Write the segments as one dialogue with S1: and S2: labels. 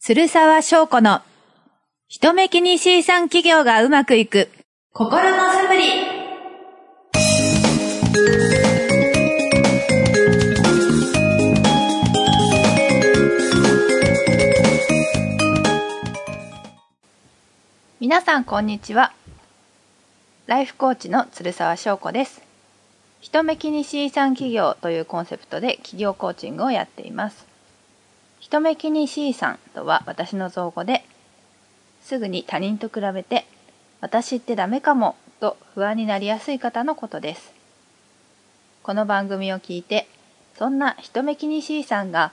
S1: 鶴沢翔子の、人目気に C 産企業がうまくいく、心のサプリ。皆さん、こんにちは。ライフコーチの鶴沢翔子です。人目気に C 産企業というコンセプトで企業コーチングをやっています。人目気に C さんとは私の造語ですぐに他人と比べて私ってダメかもと不安になりやすい方のことですこの番組を聞いてそんな人目気に C さんが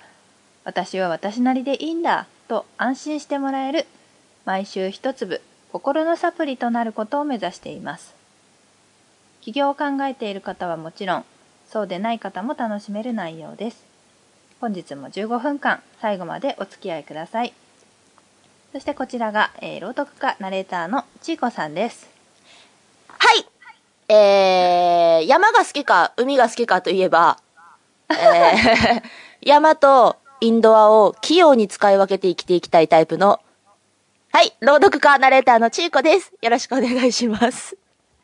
S1: 私は私なりでいいんだと安心してもらえる毎週一粒心のサプリとなることを目指しています起業を考えている方はもちろんそうでない方も楽しめる内容です本日も15分間最後までお付き合いくださいそしてこちらが、えー、朗読家ナレーターのちいこさんです
S2: はい。えー、山が好きか、海が好きかといえば、えー、山とインドアを器用に使い分けて生きていきたいタイプの、はい、朗読家ナレーターのちいこです。よろしくお願いします。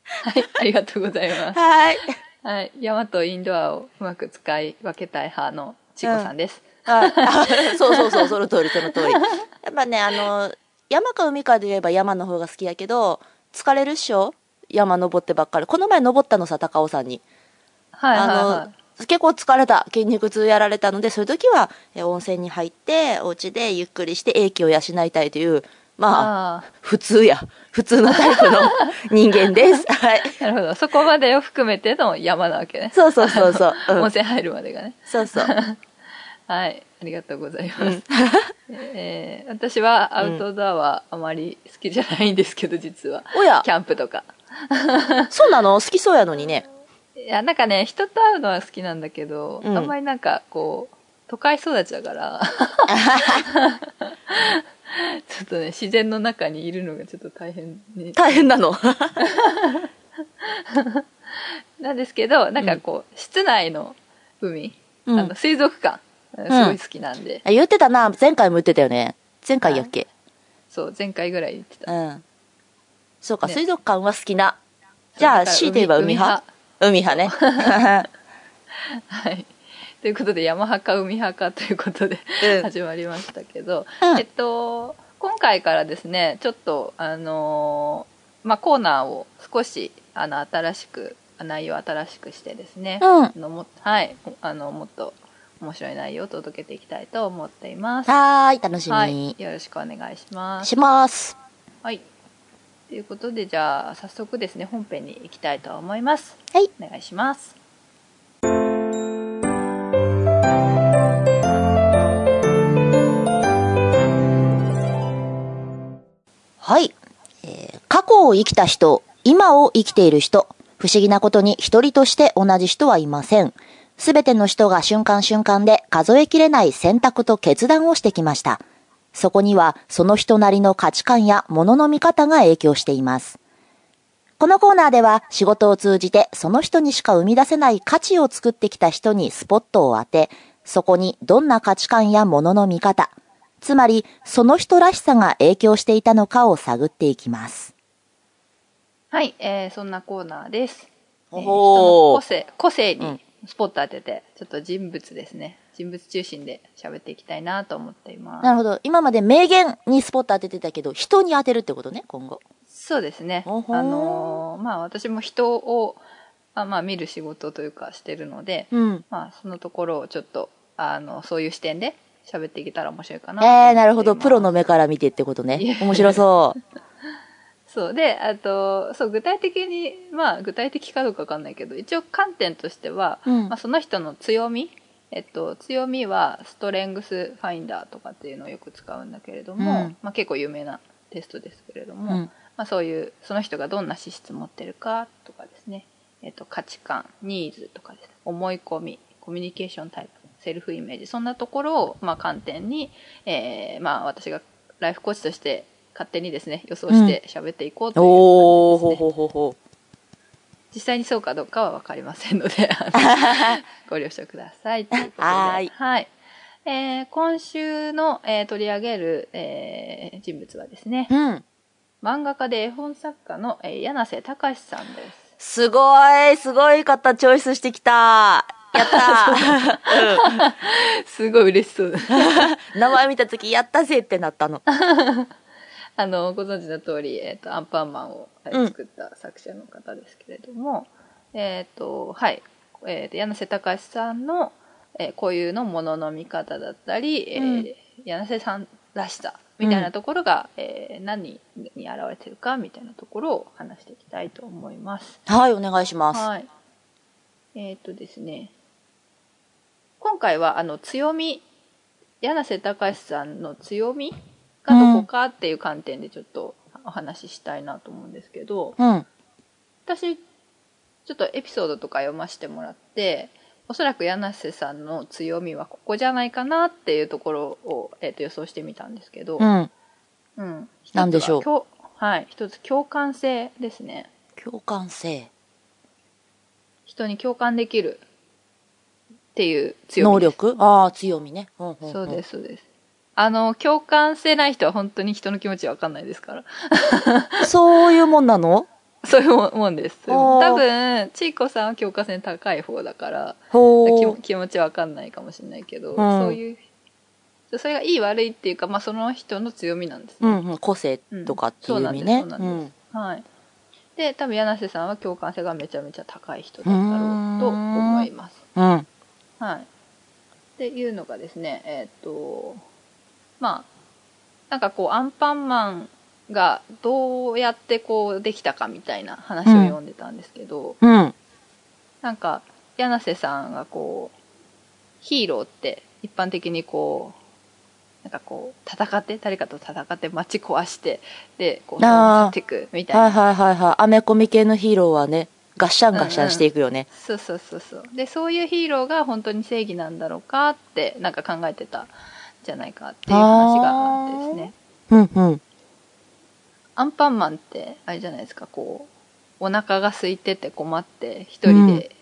S1: はいありがとうございま
S2: はい。
S1: はい山とインドアをうまく使い分けたい派のちいこさんです、
S2: はい あそうそうそう、その通り、その通り。やっぱね、あの、山か海かで言えば山の方が好きやけど、疲れるっしょ山登ってばっかり。この前登ったのさ、高尾山に。
S1: はいはい
S2: あ
S1: は
S2: の結構疲れた筋肉痛やられたのでそういう時はえ温泉に入ってお家でゆっくりして英気を養いたいというまあ
S1: ああ
S2: 普通や普通のタイ プの人間ですはい
S1: ーなるほどそこまでを含めての山なわけね
S2: そうそうそうそう、う
S1: 温
S2: ん、
S1: 泉入るまでがね
S2: そ うそう、
S1: はいありがとうございます、
S2: うん、
S1: えー私はアウトドアはあまり好きじゃないんですけど実は
S2: おや
S1: キャンプとか
S2: そうなの好きそうやのにね
S1: いや、なんかね、人と会うのは好きなんだけど、
S2: うん
S1: あんまりなんかこう、都会育ちだ から、ちょっとね、自然の中にいるのがちょっと大変に。
S2: 大変 なの
S1: なんですけど、なんかこう、室内の海、
S2: うん
S1: あの、水族館、すごい好きなんで、
S2: あ言ってたな前回も言ってたよね前回やっけ、
S1: そう、前回ぐらい言ってた。
S2: うんそうか、
S1: ね
S2: 水族館は好きなじゃあ
S1: そう
S2: 強いて言えば海派。海派ね
S1: だから海派はい。ということで、山派か海派かということで、
S2: うん
S1: 始まりましたけど、
S2: うん
S1: えっと今回からですねちょっとあのーまあコーナーを少しあの新しく内容を新しくしてですね、
S2: うん
S1: あのもはいあのもっと面白い内容を届けていきたいと思っています。
S2: はーい、楽しみに。
S1: はい、よろしくお願いします。
S2: します。
S1: はい、ということでじゃあ早速ですね本編に行きたいと思います。
S2: はい、
S1: お願いします。
S2: はい。えー過去を生きた人、今を生きている人、不思議なことに一人として同じ人はいません。すべての人が瞬間瞬間で数えきれない選択と決断をしてきました。そこにはその人なりの価値観や物の見方が影響しています。このコーナーでは仕事を通じてその人にしか生み出せない価値を作ってきた人にスポットを当て、そこにどんな価値観やものの見方、つまりその人らしさが影響していたのかを探っていきます。
S1: はい、えーそんなコーナーです。えー人の
S2: お
S1: 個
S2: ー
S1: 性個性
S2: う
S1: に
S2: ん
S1: スポット当てて、ちょっと人物ですね。人物中心で喋っていきたいなと思っています。
S2: なるほど。今まで名言にスポット当ててたけど、人に当てるってことね、今後。
S1: そうですね。あ
S2: ほほー
S1: のーまあ私も人をあまあ見る仕事というかしてるので、
S2: うん。
S1: まあそのところをちょっとあのそういう視点で喋っていけたら面白いかなと思っています。
S2: えー、なるほど。プロの目から見てってこと
S1: いえ
S2: ね。面白そう。
S1: そうであとそう具体的にまあ具体的かどうかわかんないけど一応観点としては、
S2: うん
S1: まあ、その人の強み、えっと、強みはストレングスファインダーとかっていうのをよく使うんだけれども、
S2: うん
S1: まあ、結構有名なテストですけれど
S2: う
S1: も、
S2: ん。
S1: まあ、そういうその人がどんな資質持ってるかとかですね、えっと、価値観ニーズとかですね思い込みコミュニケーションタイプセルフイメージそんなところを、まあ、観点に、えーまあ、私がライフコーチとして勝手にですね予想して喋っていこうという
S2: おー、
S1: 感じで
S2: ほう
S1: すね
S2: ほうほうほう。
S1: 実際にそうか どうかは分かりませんのであのご了承くださいということで
S2: はーい
S1: はいえー今週の、えー取り上げる、えー人物はですね、
S2: うん。
S1: 漫画家で絵本作家の、えー柳瀬隆史さんです。
S2: すごい、すごい方チョイスしてきた。やった ー、
S1: すごい嬉しそう。
S2: うん名前見たとき、やったぜってなったの。
S1: あの、ご存知の通り、えっ、と、アンパンマンを、えー
S2: うん
S1: 作った作者の方ですけれども、えっ、と、はい、えっ、と、柳瀬隆さんの、えー固有のものの見方だったり、えー
S2: うん
S1: 柳瀬さんらしさ、みたいなところが、えー何に現れてるか、みたいなところを話していきたいと思います。
S2: はい、お願いします。
S1: はい。えっ、とですね。今回はあの強み、柳瀬隆さんの強みがどこかっていう観点でちょっとお話ししたいなと思うんですけど、
S2: うん。
S1: 私、ちょっとエピソードとか読ませてもらって、おそらく柳瀬さんの強みはここじゃないかなっていうところを、えー、と予想してみたんですけど、
S2: うん。
S1: うん一つは
S2: なんでしょう
S1: きょはい、一つ共感性ですね。
S2: 共感性。
S1: 人に共感できるっていう強み
S2: 能
S1: です
S2: 力ああ、強みね。うんうんん
S1: そうですそうですあの共感性ない人は本当に人の気持ちわかんないですから
S2: そういうもんなの
S1: そういうもんです
S2: あー
S1: 多分ちいこさんは共感性高い方だから気
S2: ほ
S1: も
S2: う。
S1: 気持ちわかんないかもしれないけど、
S2: ん
S1: そういうそれがいい悪いっていうか、まあ、その人の強みなんですね、
S2: うんうん、個性とかっていう意味ね。
S1: うんそうなんですそうなんはいで多分柳瀬さんは共感性がめちゃめちゃ高い人だったろうと思います
S2: うん。うん。
S1: はい。っていうのがですね、えーっと、まあ、なんかこう、アンパンマンがどうやってこうできたかみたいな話を読んでたんですけど、
S2: うん。
S1: なんか、柳瀬さんがこう、ヒーローって一般的にこう、なんかこう、戦って、誰かと戦って、街壊して、で、こう、
S2: あー
S1: 去っていくみたいな
S2: はいはいはいはい。アメコミ系のヒーローはね、ガッシャンガッシャンしていくよね。
S1: そうそうそうそうでそういうヒーローが本当に正義なんだろうかってなんか考えてたんじゃないかっていう話があってですね
S2: うんうん。
S1: アンパンマンってあれじゃないですかこうお腹が空いてて困って一人で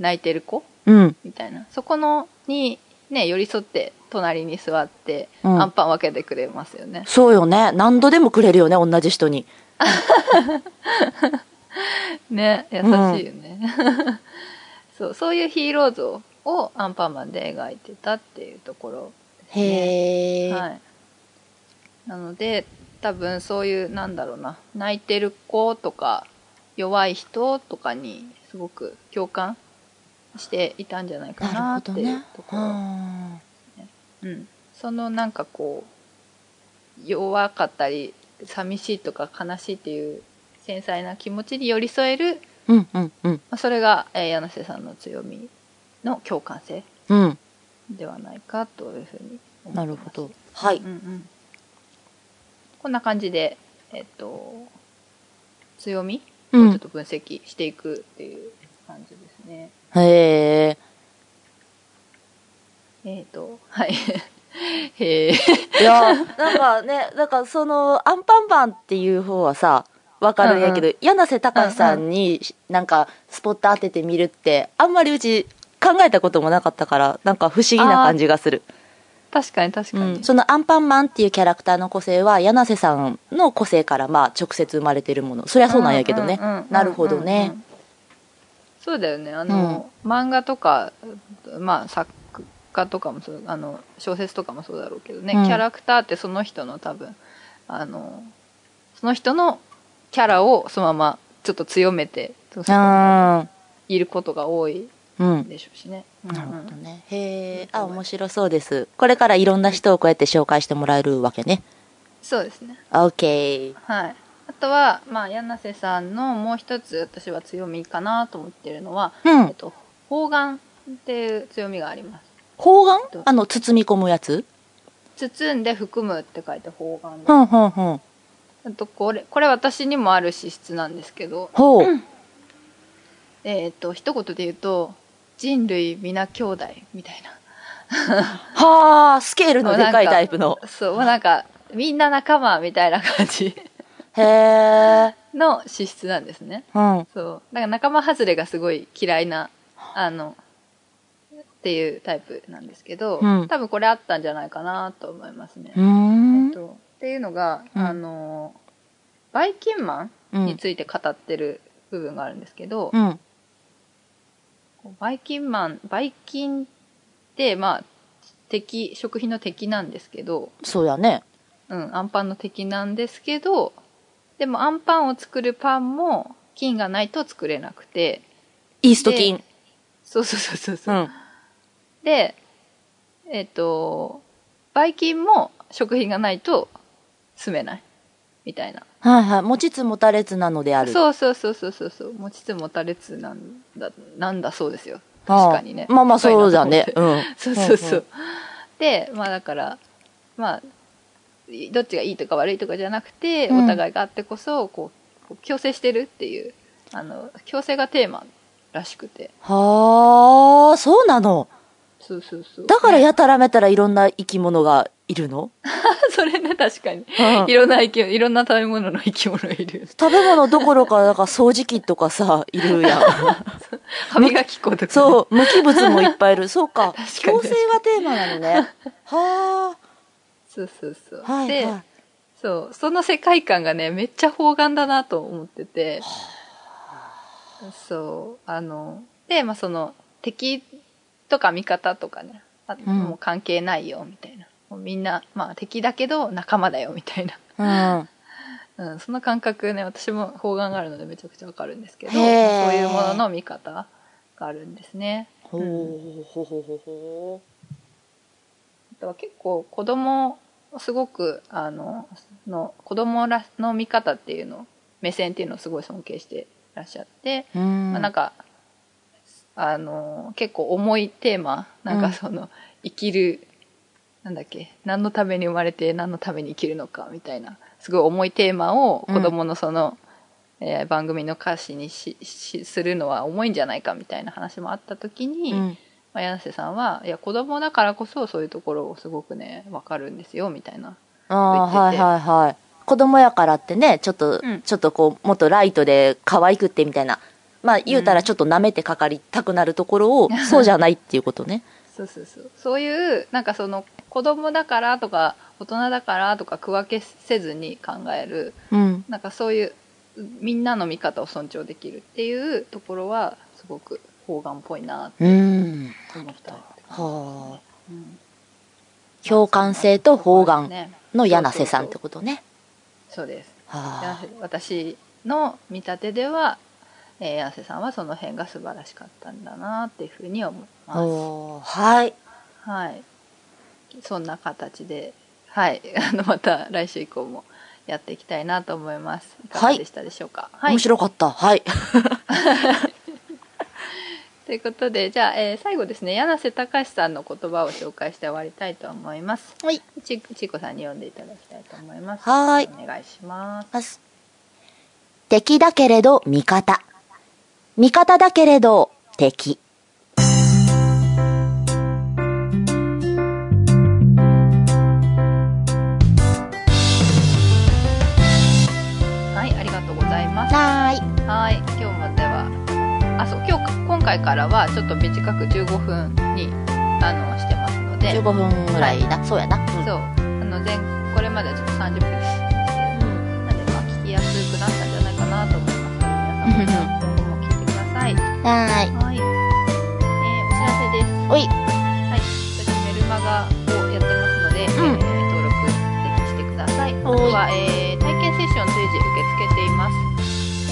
S1: 泣いてる子、
S2: うん。
S1: みたいなそこのにね寄り添って隣に座って、
S2: うん
S1: アンパン分けてくれますよね
S2: そうよね。何度でもくれるよね、同じ人に。
S1: ね優しいよね、 そうそういうヒーロー像をアンパンマンで描いてたっていうところ
S2: へえ。
S1: はい、なので多分そういうなんだろうな泣いてる子とか弱い人とかにすごく共感していたんじゃないかなっていうところ、
S2: うん
S1: うん、そのなんかこう弱かったり寂しいとか悲しいっていう繊細な気持ちに寄り添える、
S2: うんうんうん。
S1: まあ、それが、えー柳瀬さんの強みの共感性
S2: うん。
S1: ではないかというふうに思
S2: な
S1: って
S2: る
S1: ます
S2: ほど。はい
S1: うん。うん、こんな感じで、えっと、強みを
S2: う
S1: ちょっ
S2: ん。
S1: と分析していくっていう感じですね。
S2: へえ。
S1: えっと、はい。 へえ。
S2: いや、なんかね、なんかその、アンパンマンっていう方はさ、わかるんやけど、
S1: う
S2: 柳瀬隆さんに、なんか、スポット当ててみるって、あんまりうち考えたこともなかったから、なんか不思議な感じがする。
S1: 確かに確か
S2: う
S1: に。
S2: ん、そのアンパンマンっていうキャラクターの個性は、柳瀬さんの個性から、まあ、直接生まれてるもの。そりゃそうなんやけどね
S1: うんうんうんうん。
S2: なるほど
S1: う
S2: ね
S1: んうん。そうだよね。あの、漫画とか、まあ、作家とかもそう、あの、小説とかもそうだろうけどね、
S2: うん
S1: キャラクターってその人の多分、あの、その人のキャラをそのままちょっと強めて、その
S2: あ
S1: いることが多い
S2: ーうん。
S1: でしょうしね。
S2: なるほど
S1: うん
S2: ね。へえ、あ、面白そうです。これからいろんな人をこうやって紹介してもらえるわけね。
S1: そうですね。
S2: オッケー。
S1: はい。あとは、まあ、柳瀬さんのもう一つ私は強みかなと思ってるのは、
S2: う
S1: えっ
S2: ん。
S1: と、方眼っていう強みがあります。
S2: 方眼あの、包み込むやつ
S1: 包んで含むって書いて方眼で
S2: ほんほんほん。
S1: あとこれこれ私にもある資質なんですけど、
S2: ほう。
S1: えっと一言で言うと人類皆兄弟みたいな
S2: はあ、スケールのでかいタイプの。
S1: そうもうなんかみんな仲間みたいな感じ
S2: へえ。
S1: の資質なんですね
S2: うん。
S1: そうだから仲間外れがすごい嫌いなあのっていうタイプなんですけど、
S2: うん
S1: 多分これあったんじゃないかなと思いますね。
S2: うーん
S1: えっ。とっていうのが、
S2: うん
S1: あのバイキンマン
S2: う
S1: に
S2: ん。
S1: ついて語ってる部分があるんですけど、
S2: うん。
S1: こうバイキンマンバイキンってまあ敵食品の敵なんですけど、
S2: そうやね。
S1: うん、アンパンの敵なんですけどでもアンパンを作るパンも菌がないと作れなくて
S2: イースト菌。
S1: そうそうそうそうそうう、
S2: ん。
S1: でえっ、とバイキンも食品がないと住めないみたいな
S2: はいはい。持ちつ持たれつなのである。う。
S1: そうそうそうそうそうそう持ちつ持たれつなんだなんだそうですよ確
S2: 確
S1: かにね
S2: まあまあそうだね。
S1: 深
S2: う
S1: い
S2: ん。
S1: そうそう
S2: うん。
S1: そううんでまあだからまあいどっちがいいとか悪いとかじゃなくて、
S2: うん
S1: お互いがあってこそこうこう共生してるっていうあの共生がテーマらしくて
S2: はあ、そうなの。
S1: そうそうそう
S2: だからやたらめたらいろんな生き物がいるの、
S1: それね確かに
S2: うん
S1: いろんな生き物いろんな食べ物の生き物がい る
S2: 食べ物どころか、なんか掃除機とかさ、いる やん。
S1: 歯磨き粉とかね、
S2: そう、無機物もいっぱいい る。そうか。
S1: 確かに
S2: 共生がテーマなのね。は
S1: そうそうそう、
S2: あ。はい、
S1: で、
S2: はい。
S1: そうその世界観がねめっちゃ方眼だなと思っててそうあので、まあ、その敵とか味方とかねあ
S2: うん
S1: もう関係ないよみたいなもうみんな、まあ、敵だけど仲間だよみたい
S2: うん。
S1: な、 うん、その感覚ね私も方眼があるのでめちゃくちゃわかるんですけど
S2: へ
S1: そう
S2: ー
S1: いうものの見方があるんですね。
S2: ほうほうほうほうほ
S1: あとは結構子供をすごくあのの子供らの見方っていうの目線っていうのをすごい尊敬してらっしゃって、
S2: う。うん
S1: まあなんかあの結構重いテーマなん
S2: う
S1: か
S2: ん
S1: その、生きるなんだっけ何のために生まれて何のために生きるのかみたいなすごい重いテーマを子供のその、えー番組の歌詞にししするのは重いんじゃないかみたいな話もあった時に。
S2: うん
S1: まあ、柳瀬さんはいや子供だからこそそういうところをすごくね分かるんですよみたいな
S2: ああ
S1: 言っ
S2: は
S1: て
S2: い
S1: て
S2: はいはい子供やからってねちょっと、
S1: うん
S2: ちょっとこうもっとライトで可愛くってみたいなまあ言うたらちょっと舐めてかかりたくなるところを、そうじゃないっていうことね
S1: そうそうそうそういうなんかその子供だからとか大人だからとか区分けせずに考える
S2: うん
S1: なんかそういうみんなの見方を尊重できるっていうところはすごく方眼っぽいな
S2: うん
S1: と思った、
S2: はあ
S1: うん
S2: 共感性と包含
S1: ね
S2: の柳瀬さんってことね
S1: そうです
S2: はあ
S1: 柳瀬私の見立てでは、えー、柳瀬さんはその辺が素晴らしかったんだなっていうふうに思います
S2: おーはい
S1: はい。そんな形で、はい。 あの、また来週以降もやっていきたいなと思います。いかがでしたでしょうか。はい。
S2: 面白かったはい
S1: ということで、じゃあ、えー最後ですね、柳瀬隆さんの言葉を紹介して終わりたいと思います。
S2: はい
S1: ち、ちいこさんに読んでいただきたいと思います。
S2: はーい
S1: お願いします。
S2: ます敵だけれど味方味方だけれど敵
S1: はい、ありがとうございます。
S2: はーい
S1: はい。今日もでは、あ、そう、今日、今回からはちょっと短く15分に、あの、してますので、
S2: 15分ぐらいな、そうやな、
S1: そう、あの前これまではちょっと30分ですけど、なんでまあ聞きやすくなったんじゃないかなと思いますので、皆さんも今後も聞いてください。は
S2: はーい
S1: い。えー、お知らせです。
S2: おい
S1: はい。私メルマガをやってますので、
S2: うん
S1: えー登録ぜひしてください。あ
S2: おい
S1: とは、えー体験セッション随時受け付けています。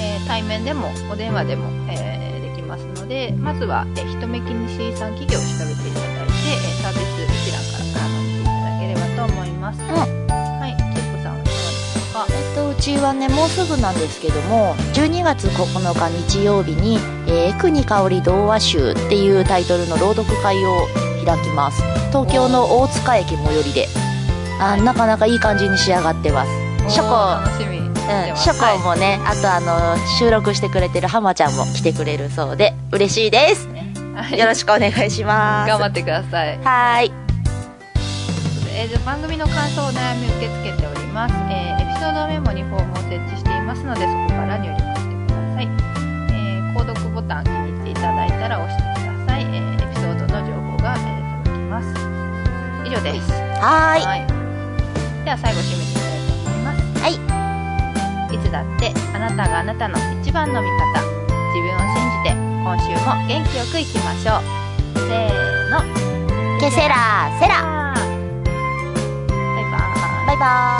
S1: えー対面でもお電話でも、えーできますので、まずは、えー、人目気に C さん企業を調べていただいて、えーサービス一覧から学んでいただければと思います。
S2: ん
S1: はい、ちいこさんはいかがでしょうか。
S2: えっとうちはねもうすぐなんですけども12月9日日曜日に「えー、国香り童話集」っていうタイトルの朗読会を開きます東京の大塚駅最寄りであ
S1: はい
S2: なかなかいい感じに仕上がってますショコ
S1: おー楽しみにして
S2: うん、
S1: ます。
S2: ショコもね、あとあの収録してくれてるハマちゃんも来てくれるそうで嬉しいです
S1: はい
S2: よろしくお願いします
S1: 頑張ってください。
S2: はーい
S1: えー、番組の感想お悩み受け付けております、えーエピソードメモにフォームを設置していますのでそこから入力してください、えー購読ボタン気に入っていただいたら押してください、えーエピソードの情報がルです。
S2: はーい。
S1: はい。では最後締めていきたいと思います。
S2: は
S1: い
S2: い。
S1: つだってあなたがあなたの一番の味方。自分を信じて今週も元気よくいきましょう。せーの。
S2: ケセラーセラ。
S1: バイバーイ。
S2: バイバーイ。